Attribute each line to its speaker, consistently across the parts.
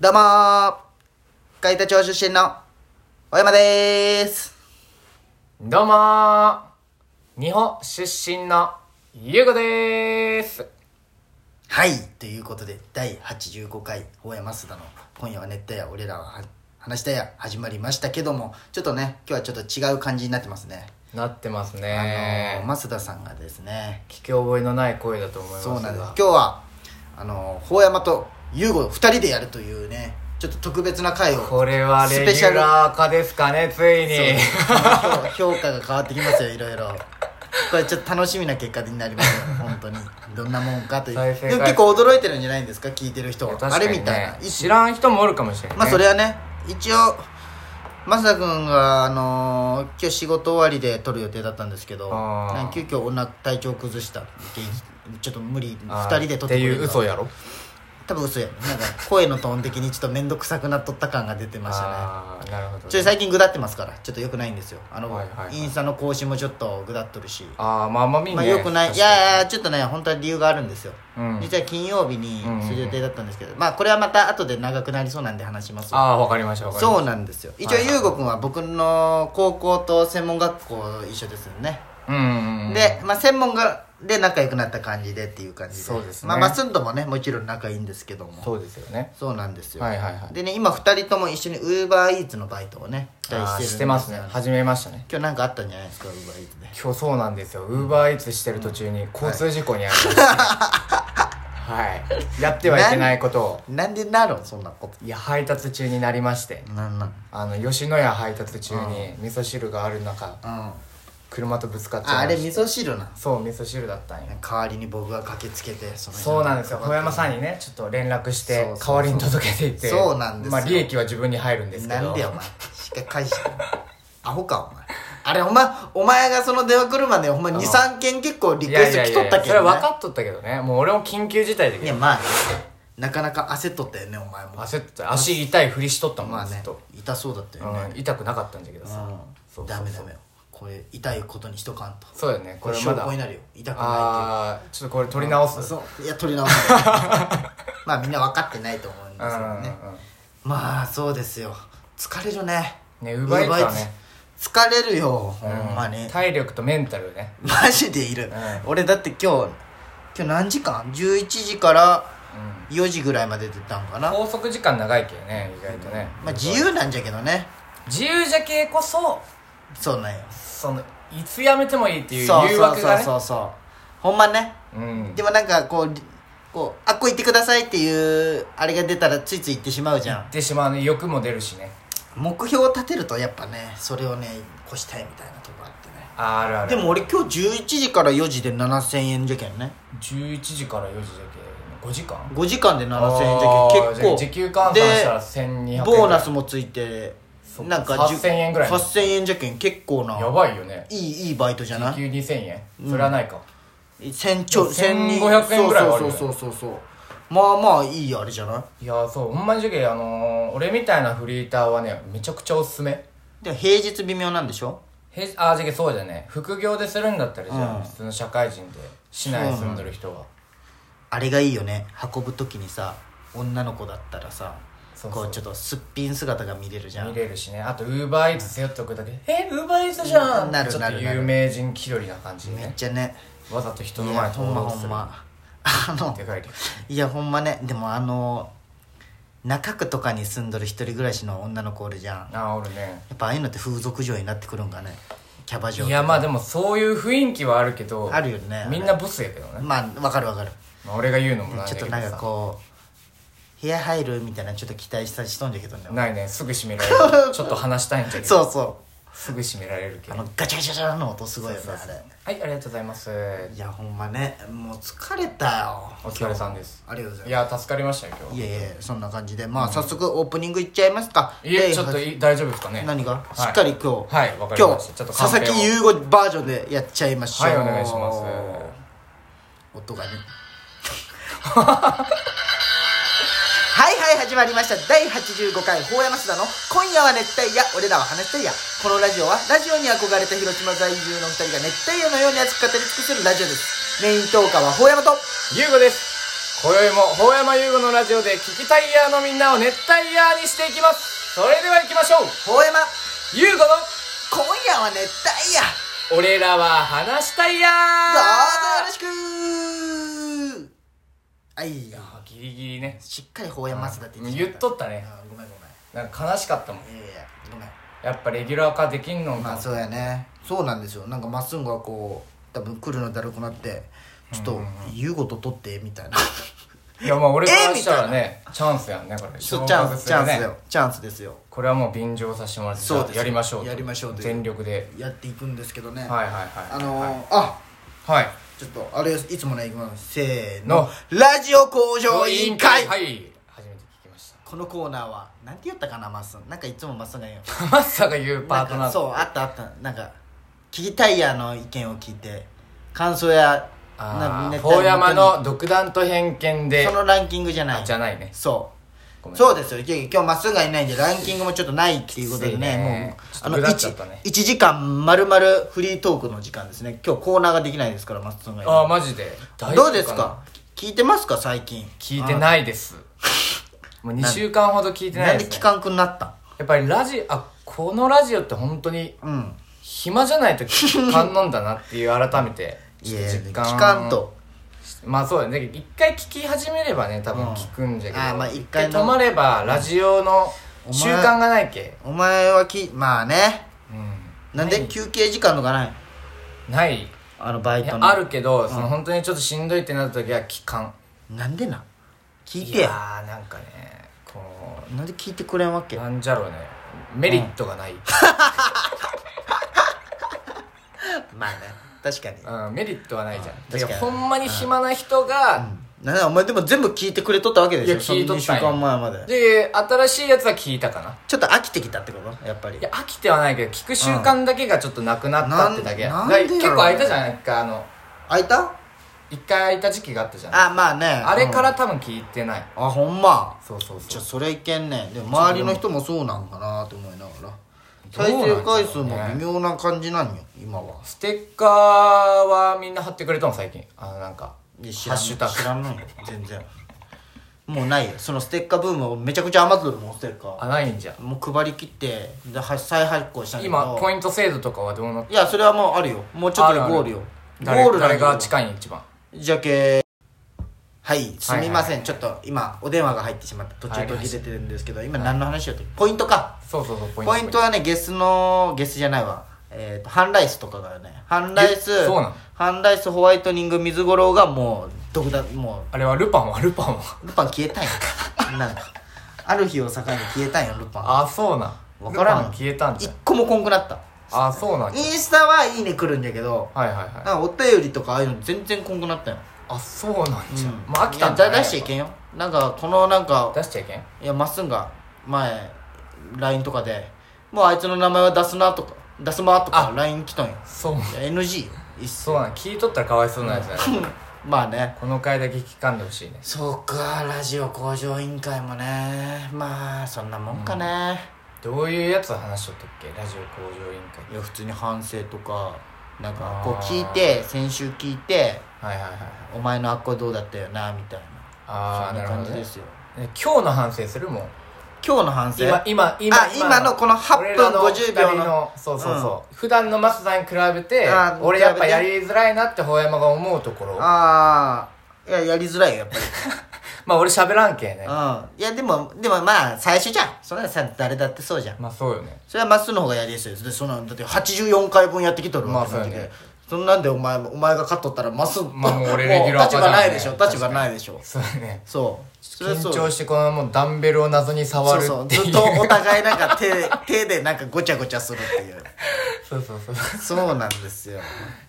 Speaker 1: どうもー海田町出身の小山でーす
Speaker 2: どうもー日本出身のゆうこでーす
Speaker 1: はいということで第85回大山須田の「今夜は熱帯夜俺らはは話したや」始まりましたけどもちょっとね今日はちょっと違う感じになってますね、
Speaker 2: なってますね
Speaker 1: あのー増田さんがですね
Speaker 2: 聞き覚えのない声だと思います
Speaker 1: そうなんです
Speaker 2: が
Speaker 1: 今日はあのー大山と優吾2人でやるというねちょっと特別な回を
Speaker 2: これはレギュラー化ですかねついに
Speaker 1: そう評評価が変わってきますよいろいろこれちょっと楽しみな結果になります よ本当にどんなもんかという
Speaker 2: 再生回
Speaker 1: で
Speaker 2: 数
Speaker 1: も結構驚いてるんじゃないんですか聞いてる人は、
Speaker 2: 確か
Speaker 1: あ
Speaker 2: にね
Speaker 1: れみたいな
Speaker 2: 知らん人もおるかもしれない、ね、
Speaker 1: まあそれはね一応増田君が、あのー今日仕事終わりで撮る予定だったんですけど
Speaker 2: あー
Speaker 1: なんか急遽女体調崩したって言ってちょっと無理
Speaker 2: あ
Speaker 1: 2
Speaker 2: ー
Speaker 1: 人で撮ってくれ
Speaker 2: っていう嘘
Speaker 1: や
Speaker 2: やろ
Speaker 1: 多分嘘やねなんか声のトーン的にちょっと面倒くさくなっとった感が出てましたね
Speaker 2: ああーなるほど
Speaker 1: ちょい最近ぐだってますからちょっとよくないんですよあの、
Speaker 2: はいはいはい
Speaker 1: インスタの更新もちょっとぐだっとるし、
Speaker 2: ああまあまあみん
Speaker 1: ま
Speaker 2: な、
Speaker 1: あ、
Speaker 2: ね、
Speaker 1: よくないい
Speaker 2: 確かに
Speaker 1: やいやちょっとね本当は理由があるんですよ、
Speaker 2: うん
Speaker 1: 実は金曜日に
Speaker 2: うんうんうん
Speaker 1: する予定だったんですけど、まあこれはまた後で長くなりそうなんで話します
Speaker 2: ああわかりましたわかりました
Speaker 1: そうなんですよ一応
Speaker 2: はいはい
Speaker 1: 優吾君は僕の高校と専門学校一緒ですよね、
Speaker 2: うんうんうん
Speaker 1: で、まあ、専門がで仲良くなった感じでっていう感じで
Speaker 2: そうですね
Speaker 1: まあ、マスンともねもちろん仲いいんですけども
Speaker 2: そうですよね
Speaker 1: そうなんですよ、
Speaker 2: はいはいはい
Speaker 1: でね今2人とも一緒にウーバーイーツのバイトをね2人
Speaker 2: あ
Speaker 1: してるん
Speaker 2: ー
Speaker 1: ですよ
Speaker 2: してますね始めましたね
Speaker 1: 今日なんかあったんじゃないですかウーバーイーツで
Speaker 2: 今日そうなんですよウーバーイーツしてる途中に交通事故に遭いまして、はい、やってはいけないことを
Speaker 1: なんでなのそんなこ
Speaker 2: いや配達中になりまして
Speaker 1: となんなん
Speaker 2: あの吉野家配達中に味噌汁がある中
Speaker 1: うんあ
Speaker 2: 車とぶつかっちゃいました
Speaker 1: あれ味噌汁なん
Speaker 2: そう味噌汁だったんや
Speaker 1: 代わりに僕が駆けつけてその人
Speaker 2: そうなんですよ小山さ
Speaker 1: ん
Speaker 2: んにねちょっと連絡し
Speaker 1: そう
Speaker 2: て
Speaker 1: そうそう
Speaker 2: 代わりに届けていって
Speaker 1: そうなんですよ
Speaker 2: まあ利益は自分に入るんですけど
Speaker 1: なんでよお前しっかり返してアホかお前あれお前お前がその電話来るまでほんま
Speaker 2: うん
Speaker 1: 23件結構リ
Speaker 2: い
Speaker 1: クエ
Speaker 2: や
Speaker 1: ス
Speaker 2: い
Speaker 1: ト
Speaker 2: や
Speaker 1: 来
Speaker 2: い
Speaker 1: と
Speaker 2: や
Speaker 1: ったけど
Speaker 2: それは
Speaker 1: ね
Speaker 2: 分かっとったけどねもう俺も緊急事態だ
Speaker 1: い
Speaker 2: け
Speaker 1: や
Speaker 2: ど
Speaker 1: まあなかなか焦っとったよねお前も
Speaker 2: 焦ってた足痛いふりしとったも
Speaker 1: まあ
Speaker 2: んずっ
Speaker 1: ね
Speaker 2: と
Speaker 1: 痛そうだったよね
Speaker 2: うん痛くなかったんだけどさ
Speaker 1: う
Speaker 2: そ
Speaker 1: ん
Speaker 2: うそう
Speaker 1: ダ
Speaker 2: そう
Speaker 1: メダメよこれ痛いことにしとかんと
Speaker 2: そうだよね
Speaker 1: こ
Speaker 2: こ
Speaker 1: れ
Speaker 2: れ
Speaker 1: 証
Speaker 2: まだ
Speaker 1: 拠になるよ痛くないけど
Speaker 2: ああちょっとこれ取り直す
Speaker 1: そういや取り直す まあみんな分かってないと思うんですけどね
Speaker 2: うんうんうん
Speaker 1: まあそうですよ疲れるね
Speaker 2: ね Uber Eats はね
Speaker 1: Uber Eats 疲れるよほんまに、
Speaker 2: 体力とメンタルね
Speaker 1: マジでいる、
Speaker 2: う
Speaker 1: 俺だって今日今日何時間 ?11 時から4時ぐらいまで出たんかな、
Speaker 2: 拘束時間長いけどね意外とね
Speaker 1: まあ自由なんじゃけどね
Speaker 2: 自由じゃけこそ
Speaker 1: そうなんよ
Speaker 2: そのいつやめてもいいっていう
Speaker 1: そう
Speaker 2: 誘
Speaker 1: そう
Speaker 2: 惑
Speaker 1: そう
Speaker 2: がね
Speaker 1: そうそうほんまね
Speaker 2: うん
Speaker 1: でもなんかこうこうあっこ行ってくださいっていうあれが出たらついつい行ってしまうじゃん
Speaker 2: ってしまうね欲も出るしね
Speaker 1: 目標を立てるとやっぱねそれをね越したいみたいなとこあってね
Speaker 2: ああるある
Speaker 1: でも俺今日11時から4時で7000円じゃけんね
Speaker 2: 11時から4時じゃけ5時間
Speaker 1: 5時間で7000円じゃけん結
Speaker 2: あ
Speaker 1: 構
Speaker 2: ー時給換算したら1200
Speaker 1: で
Speaker 2: 円
Speaker 1: ボーナスもついて
Speaker 2: そう
Speaker 1: なんか
Speaker 2: 8000円ぐらい
Speaker 1: 8000円じゃけん結構な
Speaker 2: やばいよね
Speaker 1: いいいいバイトじゃな
Speaker 2: 時
Speaker 1: い
Speaker 2: 給2000円それはないか
Speaker 1: 1000ちょ1200
Speaker 2: 1500円ぐらいはあ
Speaker 1: そうそ
Speaker 2: るよね
Speaker 1: うそうそうそうまあまあいいあれじゃない
Speaker 2: いやーそうほんまにじゃけあのー俺みたいなフリーターはねめちゃくちゃおすすめ
Speaker 1: でも平日微妙なんでしょ
Speaker 2: へあーじゃけそうじゃね副業でするんだったらじゃあ、
Speaker 1: うん
Speaker 2: 普通の社会人で市内に住んでる人は
Speaker 1: あれがいいよね運ぶ時にさ女の子だったらさ
Speaker 2: そうそう
Speaker 1: こうちょっとすっぴん姿が見れるじゃん
Speaker 2: 見れるしねあとウーバーイーツ背負っておくだけで「えウーバーイーツじゃん!」
Speaker 1: なる
Speaker 2: ちょっ
Speaker 1: な
Speaker 2: と
Speaker 1: るなる
Speaker 2: 有名人気取りな感じで
Speaker 1: めっ
Speaker 2: ね
Speaker 1: ちゃね
Speaker 2: わざと人の
Speaker 1: いや
Speaker 2: 前
Speaker 1: ほん
Speaker 2: 登
Speaker 1: まほ
Speaker 2: 場す
Speaker 1: ん
Speaker 2: る
Speaker 1: まあの
Speaker 2: でかいで
Speaker 1: いやほんまねでもあの中区とかに住んどる一人暮らしの女の子おるじゃんや
Speaker 2: ああおるね
Speaker 1: っぱああいうのって風俗嬢になってくるんかねキャバ嬢
Speaker 2: いやまあでもそういう雰囲気はあるけど
Speaker 1: あるよね
Speaker 2: みんなブスやけどね、
Speaker 1: まあわかるわかる
Speaker 2: まあ、俺が言うのもなんだ
Speaker 1: ちょ
Speaker 2: け
Speaker 1: っ
Speaker 2: ど
Speaker 1: と
Speaker 2: さ
Speaker 1: なんかこう部屋入るみたいなちょっと期待したしとんじゃけどね
Speaker 2: ないねすぐ閉 められるちょっと話したいんだけど
Speaker 1: そうそ
Speaker 2: すぐ閉められるけ
Speaker 1: うあ
Speaker 2: ど
Speaker 1: のガチャガチャガチャの音すごいよね
Speaker 2: そうそう
Speaker 1: あ
Speaker 2: そ
Speaker 1: れ
Speaker 2: うはいありがとうございます
Speaker 1: いやほんまねもう疲れたよ
Speaker 2: お疲れさんです
Speaker 1: ありがとうございます
Speaker 2: いや助かりましたよ今
Speaker 1: いやいやそんな感じでまあ早速オープニングいっちゃいますか
Speaker 2: 日いえ
Speaker 1: で
Speaker 2: ちょっとい大丈夫ですかね
Speaker 1: 何が、
Speaker 2: はい
Speaker 1: しっかり今日、
Speaker 2: はいわかり
Speaker 1: 今
Speaker 2: まし
Speaker 1: 日
Speaker 2: たちょっとカン
Speaker 1: 佐々
Speaker 2: ペを
Speaker 1: 木優吾バージョンでやっちゃいましょう
Speaker 2: はいお願いします
Speaker 1: 音がね はいはい始まりました第85回「ほうやますだの今夜は熱帯夜俺らは話したいや」このラジオはラジオに憧れた広島在住の2人が熱帯夜のように熱く語り尽くせるラジオですメイントーカーはほうやまと
Speaker 2: ゆうごです今宵も法山優吾のラジオで聞きたいヤーのみんなを熱帯ヤーにしていきますそれでは行きましょう
Speaker 1: ほうやま
Speaker 2: 優吾の
Speaker 1: 今夜は熱帯夜
Speaker 2: 俺らは話したいヤ
Speaker 1: ど
Speaker 2: ー
Speaker 1: うぞよろしくはい
Speaker 2: あギリギリね
Speaker 1: しっかりほうやまだって
Speaker 2: 言っとったね
Speaker 1: あごめんご
Speaker 2: なんか悲しかったもん
Speaker 1: めんいやいやごめん
Speaker 2: やっぱレギュラー化できんの
Speaker 1: まあ
Speaker 2: か
Speaker 1: そうやねそうなんですよなんかまっすんがこう多分来るのだるくなってちょっと優吾と取ってみたいな
Speaker 2: いやまあ俺か
Speaker 1: え
Speaker 2: ら
Speaker 1: み
Speaker 2: した
Speaker 1: い
Speaker 2: た
Speaker 1: な
Speaker 2: らねチャンスやんねこれ
Speaker 1: そうチャンスチャンス
Speaker 2: だ
Speaker 1: だよチャンスですよ
Speaker 2: これはもう便乗させてもらって
Speaker 1: そうです
Speaker 2: やりましょうと
Speaker 1: やりましょうという
Speaker 2: 全力で
Speaker 1: やっていくんですけどね
Speaker 2: はいはいはい
Speaker 1: あの
Speaker 2: はい
Speaker 1: ーあ
Speaker 2: はい
Speaker 1: ちょっとあれいつもねいきますせーの
Speaker 2: の
Speaker 1: ラジオ向上委員会
Speaker 2: はい初めて聞きまし
Speaker 1: このコーナーはなんて言ったかなまっすんなんかいつもまっすんが言うよ
Speaker 2: たマッサが言うパート
Speaker 1: なん
Speaker 2: ナ
Speaker 1: か
Speaker 2: ー
Speaker 1: そうあったあったなんか聞きたいやの意見を聞いて感想や
Speaker 2: あ
Speaker 1: み
Speaker 2: ー
Speaker 1: ん
Speaker 2: 法山の独断と偏見で
Speaker 1: そのランキングじゃない
Speaker 2: あじゃないね
Speaker 1: そう
Speaker 2: ごめん
Speaker 1: そうですよ今日今日まっすぐがいないんでランキングもちょっとないっていうことでね
Speaker 2: きつ
Speaker 1: もう
Speaker 2: いねちょっと
Speaker 1: あの
Speaker 2: ぐだっちゃ
Speaker 1: 1,
Speaker 2: ったね
Speaker 1: 一時間まるまるフリートークの時間ですね今日コーナーができないですからまっすぐがいない
Speaker 2: ああマジで大丈夫
Speaker 1: どうですか聞いてますか最近
Speaker 2: 聞いてないですもう2週間ほど聞いてな
Speaker 1: ないん
Speaker 2: で、
Speaker 1: です聞
Speaker 2: ね、
Speaker 1: かんくなったん
Speaker 2: やっぱりラジあこのラジオって本当に
Speaker 1: うん
Speaker 2: 暇じゃないと聞かんのんだなっていう改めて
Speaker 1: い
Speaker 2: ち
Speaker 1: や
Speaker 2: ょっと
Speaker 1: 聞
Speaker 2: 実感
Speaker 1: かんと
Speaker 2: まあそうだね一回聞き始めればね多分聞くんじゃけど、
Speaker 1: うんあーまあ一回の
Speaker 2: 止まればラジオの
Speaker 1: うん
Speaker 2: 習慣がないけ、
Speaker 1: お前はきまあね
Speaker 2: うん、
Speaker 1: なんで休憩時間とかない
Speaker 2: ない
Speaker 1: あのバイ
Speaker 2: いや
Speaker 1: トの
Speaker 2: あるけど、その本当にちょっとしんどいってなった時は聞かん
Speaker 1: なんでな聞い
Speaker 2: い
Speaker 1: てや
Speaker 2: やーなんかねこ
Speaker 1: なんで聞いてくれんわけ
Speaker 2: うなんじゃろうねメリットがない、
Speaker 1: まあね確かに
Speaker 2: うんメリットはないじゃん
Speaker 1: 確かに
Speaker 2: だからほんまに暇な人が、
Speaker 1: なんだお前でも全部聞いてくれとったわけでしょ
Speaker 2: いや聞いとったん
Speaker 1: そ
Speaker 2: よ
Speaker 1: の2週間前まで
Speaker 2: で新しいやつは聞いたかな
Speaker 1: ちょっと飽きてきたってことやっぱり
Speaker 2: いや飽きてはないけど聞く習慣だけがちょっとなくなったってだけや、
Speaker 1: なん
Speaker 2: だから
Speaker 1: なんでやろうね
Speaker 2: 結構空いたじゃないかあの
Speaker 1: 開いた
Speaker 2: 一回空いた時期があったじゃん
Speaker 1: あまあね
Speaker 2: あれから
Speaker 1: うん
Speaker 2: 多分聞いてない。
Speaker 1: あほんま
Speaker 2: そうそう
Speaker 1: じ
Speaker 2: そ
Speaker 1: ゃ
Speaker 2: う
Speaker 1: あ。それいけんねでも周りの人もそうなんかなと思いながら再
Speaker 2: どうなんだろ
Speaker 1: 生
Speaker 2: うね
Speaker 1: 回数も微妙な感じなんよ今は
Speaker 2: ステッカーはみんな貼ってくれたの最近。あのなんか、
Speaker 1: いや知
Speaker 2: ハ
Speaker 1: らん
Speaker 2: ッシュタグ
Speaker 1: 知。らんのよ全然もうないよそのステッカーブームをめちゃくちゃ余ってるもんステッカ
Speaker 2: あ、
Speaker 1: ー
Speaker 2: ないんじゃ。
Speaker 1: もう配り切ってでは再発行したんだけど
Speaker 2: 今、ポイント制度とかはどうなっ
Speaker 1: いやそれはもうあるよもうちょっとで
Speaker 2: あるある
Speaker 1: ゴールよ
Speaker 2: 誰
Speaker 1: ゴール
Speaker 2: 誰が
Speaker 1: い
Speaker 2: 近い一番。
Speaker 1: じゃけはいすみません、
Speaker 2: はいはいはい
Speaker 1: ちょっと今お電話が入ってしまった途中途切れてるんですけど今何の話をってポイントか
Speaker 2: そうそうそう、ポ
Speaker 1: ポイントはねゲスのゲスじゃないわえー、とハンライスとかがねハンライ
Speaker 2: え
Speaker 1: ス
Speaker 2: そうなの
Speaker 1: ハンライスホワイトニング水五郎がもう独断も
Speaker 2: あれはルパンはルパンは。
Speaker 1: うルパン消え たんやなんかある日を境に消えたんよルパン
Speaker 2: あ、そうなん。
Speaker 1: わからん
Speaker 2: ルパン消えたんじ
Speaker 1: 一
Speaker 2: ゃん。
Speaker 1: 個もこんくなった
Speaker 2: あ、そうなん
Speaker 1: イ
Speaker 2: じ
Speaker 1: ンスタはいいね来るんだけど
Speaker 2: ゃ。はいはい
Speaker 1: なん
Speaker 2: はい。
Speaker 1: かお便りとかああいうの全然こんくなったよ、
Speaker 2: あ、そうなんじゃ。
Speaker 1: うん
Speaker 2: まあ飽きたん
Speaker 1: いや
Speaker 2: ね
Speaker 1: 出しちゃいけんよなんかこのなんか
Speaker 2: 出しちゃいけん
Speaker 1: いやまっすんが前 LINE とかでもうあいつの名前は出すなとか出すまとか LINE 来たんよ
Speaker 2: そう。
Speaker 1: いや NG よ一切
Speaker 2: そうなん。聞いとったらかわいそうなやつだね。
Speaker 1: まあね
Speaker 2: この回だけ聞かんでほしいね。
Speaker 1: そうかラジオ向上委員会もねまあそんなもんかね、
Speaker 2: どういうやつの話しとったっけラジオ向上委員会
Speaker 1: いや普通に反省とかなんかこう
Speaker 2: あー
Speaker 1: 聞いて先週聞いて
Speaker 2: はいはいはいはい
Speaker 1: お前のあっこどうだったよなみたいなそ
Speaker 2: ああ
Speaker 1: んな
Speaker 2: なるほ
Speaker 1: 感
Speaker 2: ど、
Speaker 1: じ
Speaker 2: ね
Speaker 1: で、すよ
Speaker 2: え今日の反省するもん
Speaker 1: 今日の反省
Speaker 2: 今今今
Speaker 1: あ今のこの8分
Speaker 2: 俺らの
Speaker 1: 50秒の
Speaker 2: 二人そうそうそう、普段のマスさんに比べて
Speaker 1: あー
Speaker 2: 俺やっ
Speaker 1: 比
Speaker 2: ぱ
Speaker 1: べ
Speaker 2: や
Speaker 1: て
Speaker 2: りづらいなって大山が思うところ
Speaker 1: ああいややりづらいよやっぱり
Speaker 2: まあ俺喋らんけね
Speaker 1: うん。いや、でも、でもまあ、最初じゃん。それはさ、誰だってそうじゃん。
Speaker 2: まあそうよね
Speaker 1: それはまっすーの方がやりやすいです。で、そんなん、だって84回分やってきとるわけな
Speaker 2: まあそ
Speaker 1: ん
Speaker 2: うや
Speaker 1: で
Speaker 2: ね。
Speaker 1: そんなんでお前、お前が勝っとったら、まっすー、
Speaker 2: まあもう俺レギュラ
Speaker 1: 立
Speaker 2: ー化
Speaker 1: 場
Speaker 2: じゃんね
Speaker 1: ないでしょ。立場ないでしょ。
Speaker 2: そうよね
Speaker 1: そう。それはそ
Speaker 2: 緊
Speaker 1: う
Speaker 2: 張してこのもうダンベルを謎に触
Speaker 1: そう
Speaker 2: る
Speaker 1: そう
Speaker 2: って
Speaker 1: ず
Speaker 2: い
Speaker 1: っ
Speaker 2: う
Speaker 1: とお互いなんか手 で手でなんかごちゃごちゃするっていう
Speaker 2: そうそうそう
Speaker 1: そうなんですよ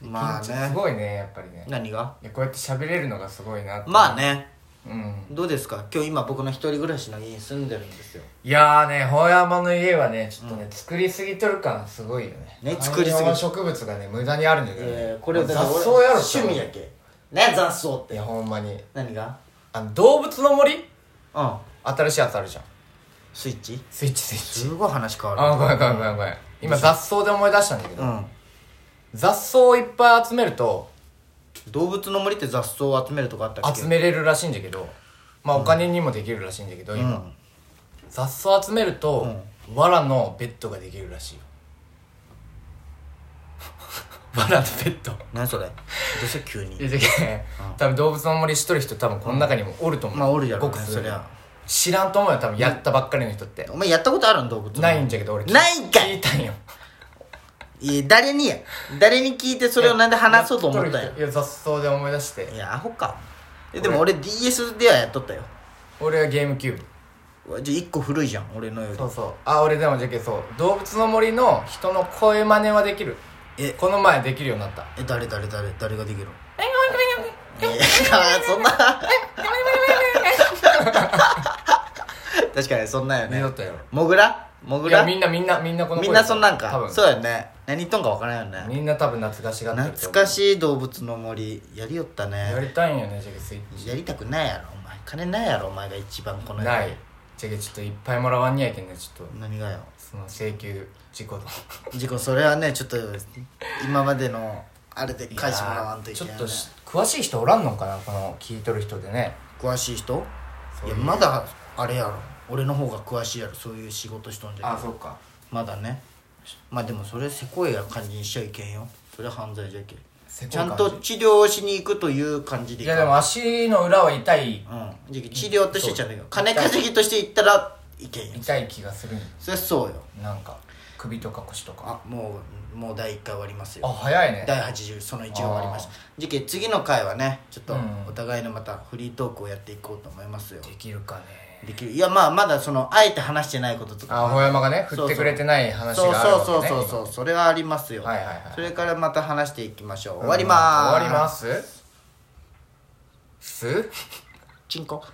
Speaker 1: まあ
Speaker 2: す
Speaker 1: ね
Speaker 2: ごいねやっぱりね
Speaker 1: 何が
Speaker 2: いやこうやって喋れるのがすごいなって
Speaker 1: まあね
Speaker 2: うん
Speaker 1: どうですか今日今僕の一人暮らしの家に住んでるんですよ
Speaker 2: いやーね、ほ山の家はね、ちょっとね、作りすぎとる感すごいよね。
Speaker 1: ね作りすぎ
Speaker 2: 観葉の植物がね、無駄にあるんだけどね。
Speaker 1: えーこれ
Speaker 2: 雑
Speaker 1: だって俺
Speaker 2: 草やろ、
Speaker 1: 趣味やけね雑草って
Speaker 2: いや、ほんまに。
Speaker 1: 何が
Speaker 2: あの、動物の森
Speaker 1: うん
Speaker 2: 新しいやつあるじゃん。
Speaker 1: スイッチ
Speaker 2: スイッチスイッチ。
Speaker 1: すごい話変わ
Speaker 2: あ、ごめんごめんごめんごめん。今、雑草で思い出したんだけ
Speaker 1: る
Speaker 2: ど、
Speaker 1: うん
Speaker 2: 雑草をいっぱい集めると、
Speaker 1: 動物の森って雑草を集めるとかあったっけ
Speaker 2: 集めれるらしいんだけどまあお金にもできるらしいんだけど、今雑草集めると、藁のベッドができるらしいよ 藁のベッド
Speaker 1: 何それどうせ急に
Speaker 2: いやじゃけ多分動物の森しとる人多分この中にもおると思う、
Speaker 1: まあおるやろね
Speaker 2: ごく
Speaker 1: そ
Speaker 2: そ
Speaker 1: り
Speaker 2: れ
Speaker 1: ゃ
Speaker 2: 知らんと思うよ多分やったばっかりの人って、
Speaker 1: お前やったことあるん動物の
Speaker 2: ないんじゃけど俺聞
Speaker 1: ないんかい
Speaker 2: 聞いたんよ
Speaker 1: いや誰にや誰に聞いてそれをなんで話そうと思ったん
Speaker 2: や
Speaker 1: や
Speaker 2: っとる人いや雑草で思い出して
Speaker 1: いやアホかえでも俺 DS ではやっとったよ
Speaker 2: 俺はゲームキュー
Speaker 1: う
Speaker 2: ブ
Speaker 1: わじゃあ1個古いじゃん俺のより
Speaker 2: そうそうあ俺でもじゃけそう動物の森の人の声真似はできる
Speaker 1: え
Speaker 2: この前できるようになった
Speaker 1: え誰誰誰誰ができるのいやそんな確かにそんなんよ
Speaker 2: 見
Speaker 1: ね
Speaker 2: とったよ
Speaker 1: モグラモグ
Speaker 2: いや
Speaker 1: ラ
Speaker 2: みんなみんなみんなこの
Speaker 1: み
Speaker 2: 声
Speaker 1: んなそんなん
Speaker 2: 多
Speaker 1: か
Speaker 2: 分
Speaker 1: そうやね何言っとんか分からんよね
Speaker 2: みんな多分懐かしがってると思う
Speaker 1: 懐かしい動物の森やりよった
Speaker 2: や
Speaker 1: ね
Speaker 2: りたいんよねじゃけスイッ
Speaker 1: やりたくないやろお前金ないやろお前が一番この
Speaker 2: チ
Speaker 1: 世
Speaker 2: ないじゃけちょっといっぱいもらわんにゃいけんねちょっと
Speaker 1: 何がよ
Speaker 2: その請求事故の
Speaker 1: 事故それはねちょっと今までのあれで返してもらわんといけない、
Speaker 2: や
Speaker 1: ね、
Speaker 2: ーちょっとし詳しい人おらんのかなこの聞いとる人でね
Speaker 1: 詳しい人
Speaker 2: そう
Speaker 1: い
Speaker 2: いう
Speaker 1: やまだあれやろ俺の方が詳しいやろそういう仕事しとんじゃん
Speaker 2: そうか
Speaker 1: まだねまあでもそれセコイア感じにしちゃいけんよそれは犯罪じゃけ
Speaker 2: セコ
Speaker 1: ち
Speaker 2: イア
Speaker 1: ゃ
Speaker 2: 感
Speaker 1: ん
Speaker 2: じ
Speaker 1: と治療をしに行くという感じで
Speaker 2: い
Speaker 1: いか
Speaker 2: や
Speaker 1: ん
Speaker 2: でも足の裏は痛い
Speaker 1: うんじゃけ治療としてちゃうんだけど金稼ぎとして行ったらいけんよ
Speaker 2: 痛い気がするんよ
Speaker 1: そりゃそうよ
Speaker 2: なんか首とか腰とか
Speaker 1: あもうもう第1回終わりますよ
Speaker 2: あ早いね
Speaker 1: 第80その1が終わりました次期次の回はねちょっと
Speaker 2: うん
Speaker 1: お互いのまたフリートークをやっていこうと思いますよ
Speaker 2: できるかね
Speaker 1: できるいやまあまだそのあえて話してないことと
Speaker 2: あ
Speaker 1: か
Speaker 2: ほ山がね
Speaker 1: そう
Speaker 2: 振ってくれてない話
Speaker 1: そう
Speaker 2: がある
Speaker 1: そう
Speaker 2: わけ
Speaker 1: そうそ
Speaker 2: ね
Speaker 1: うそうそれはありますよ
Speaker 2: はいはいはい
Speaker 1: それからまた話していきましょう
Speaker 2: 今
Speaker 1: 終わりまーす
Speaker 2: 終わりますす
Speaker 1: チンコ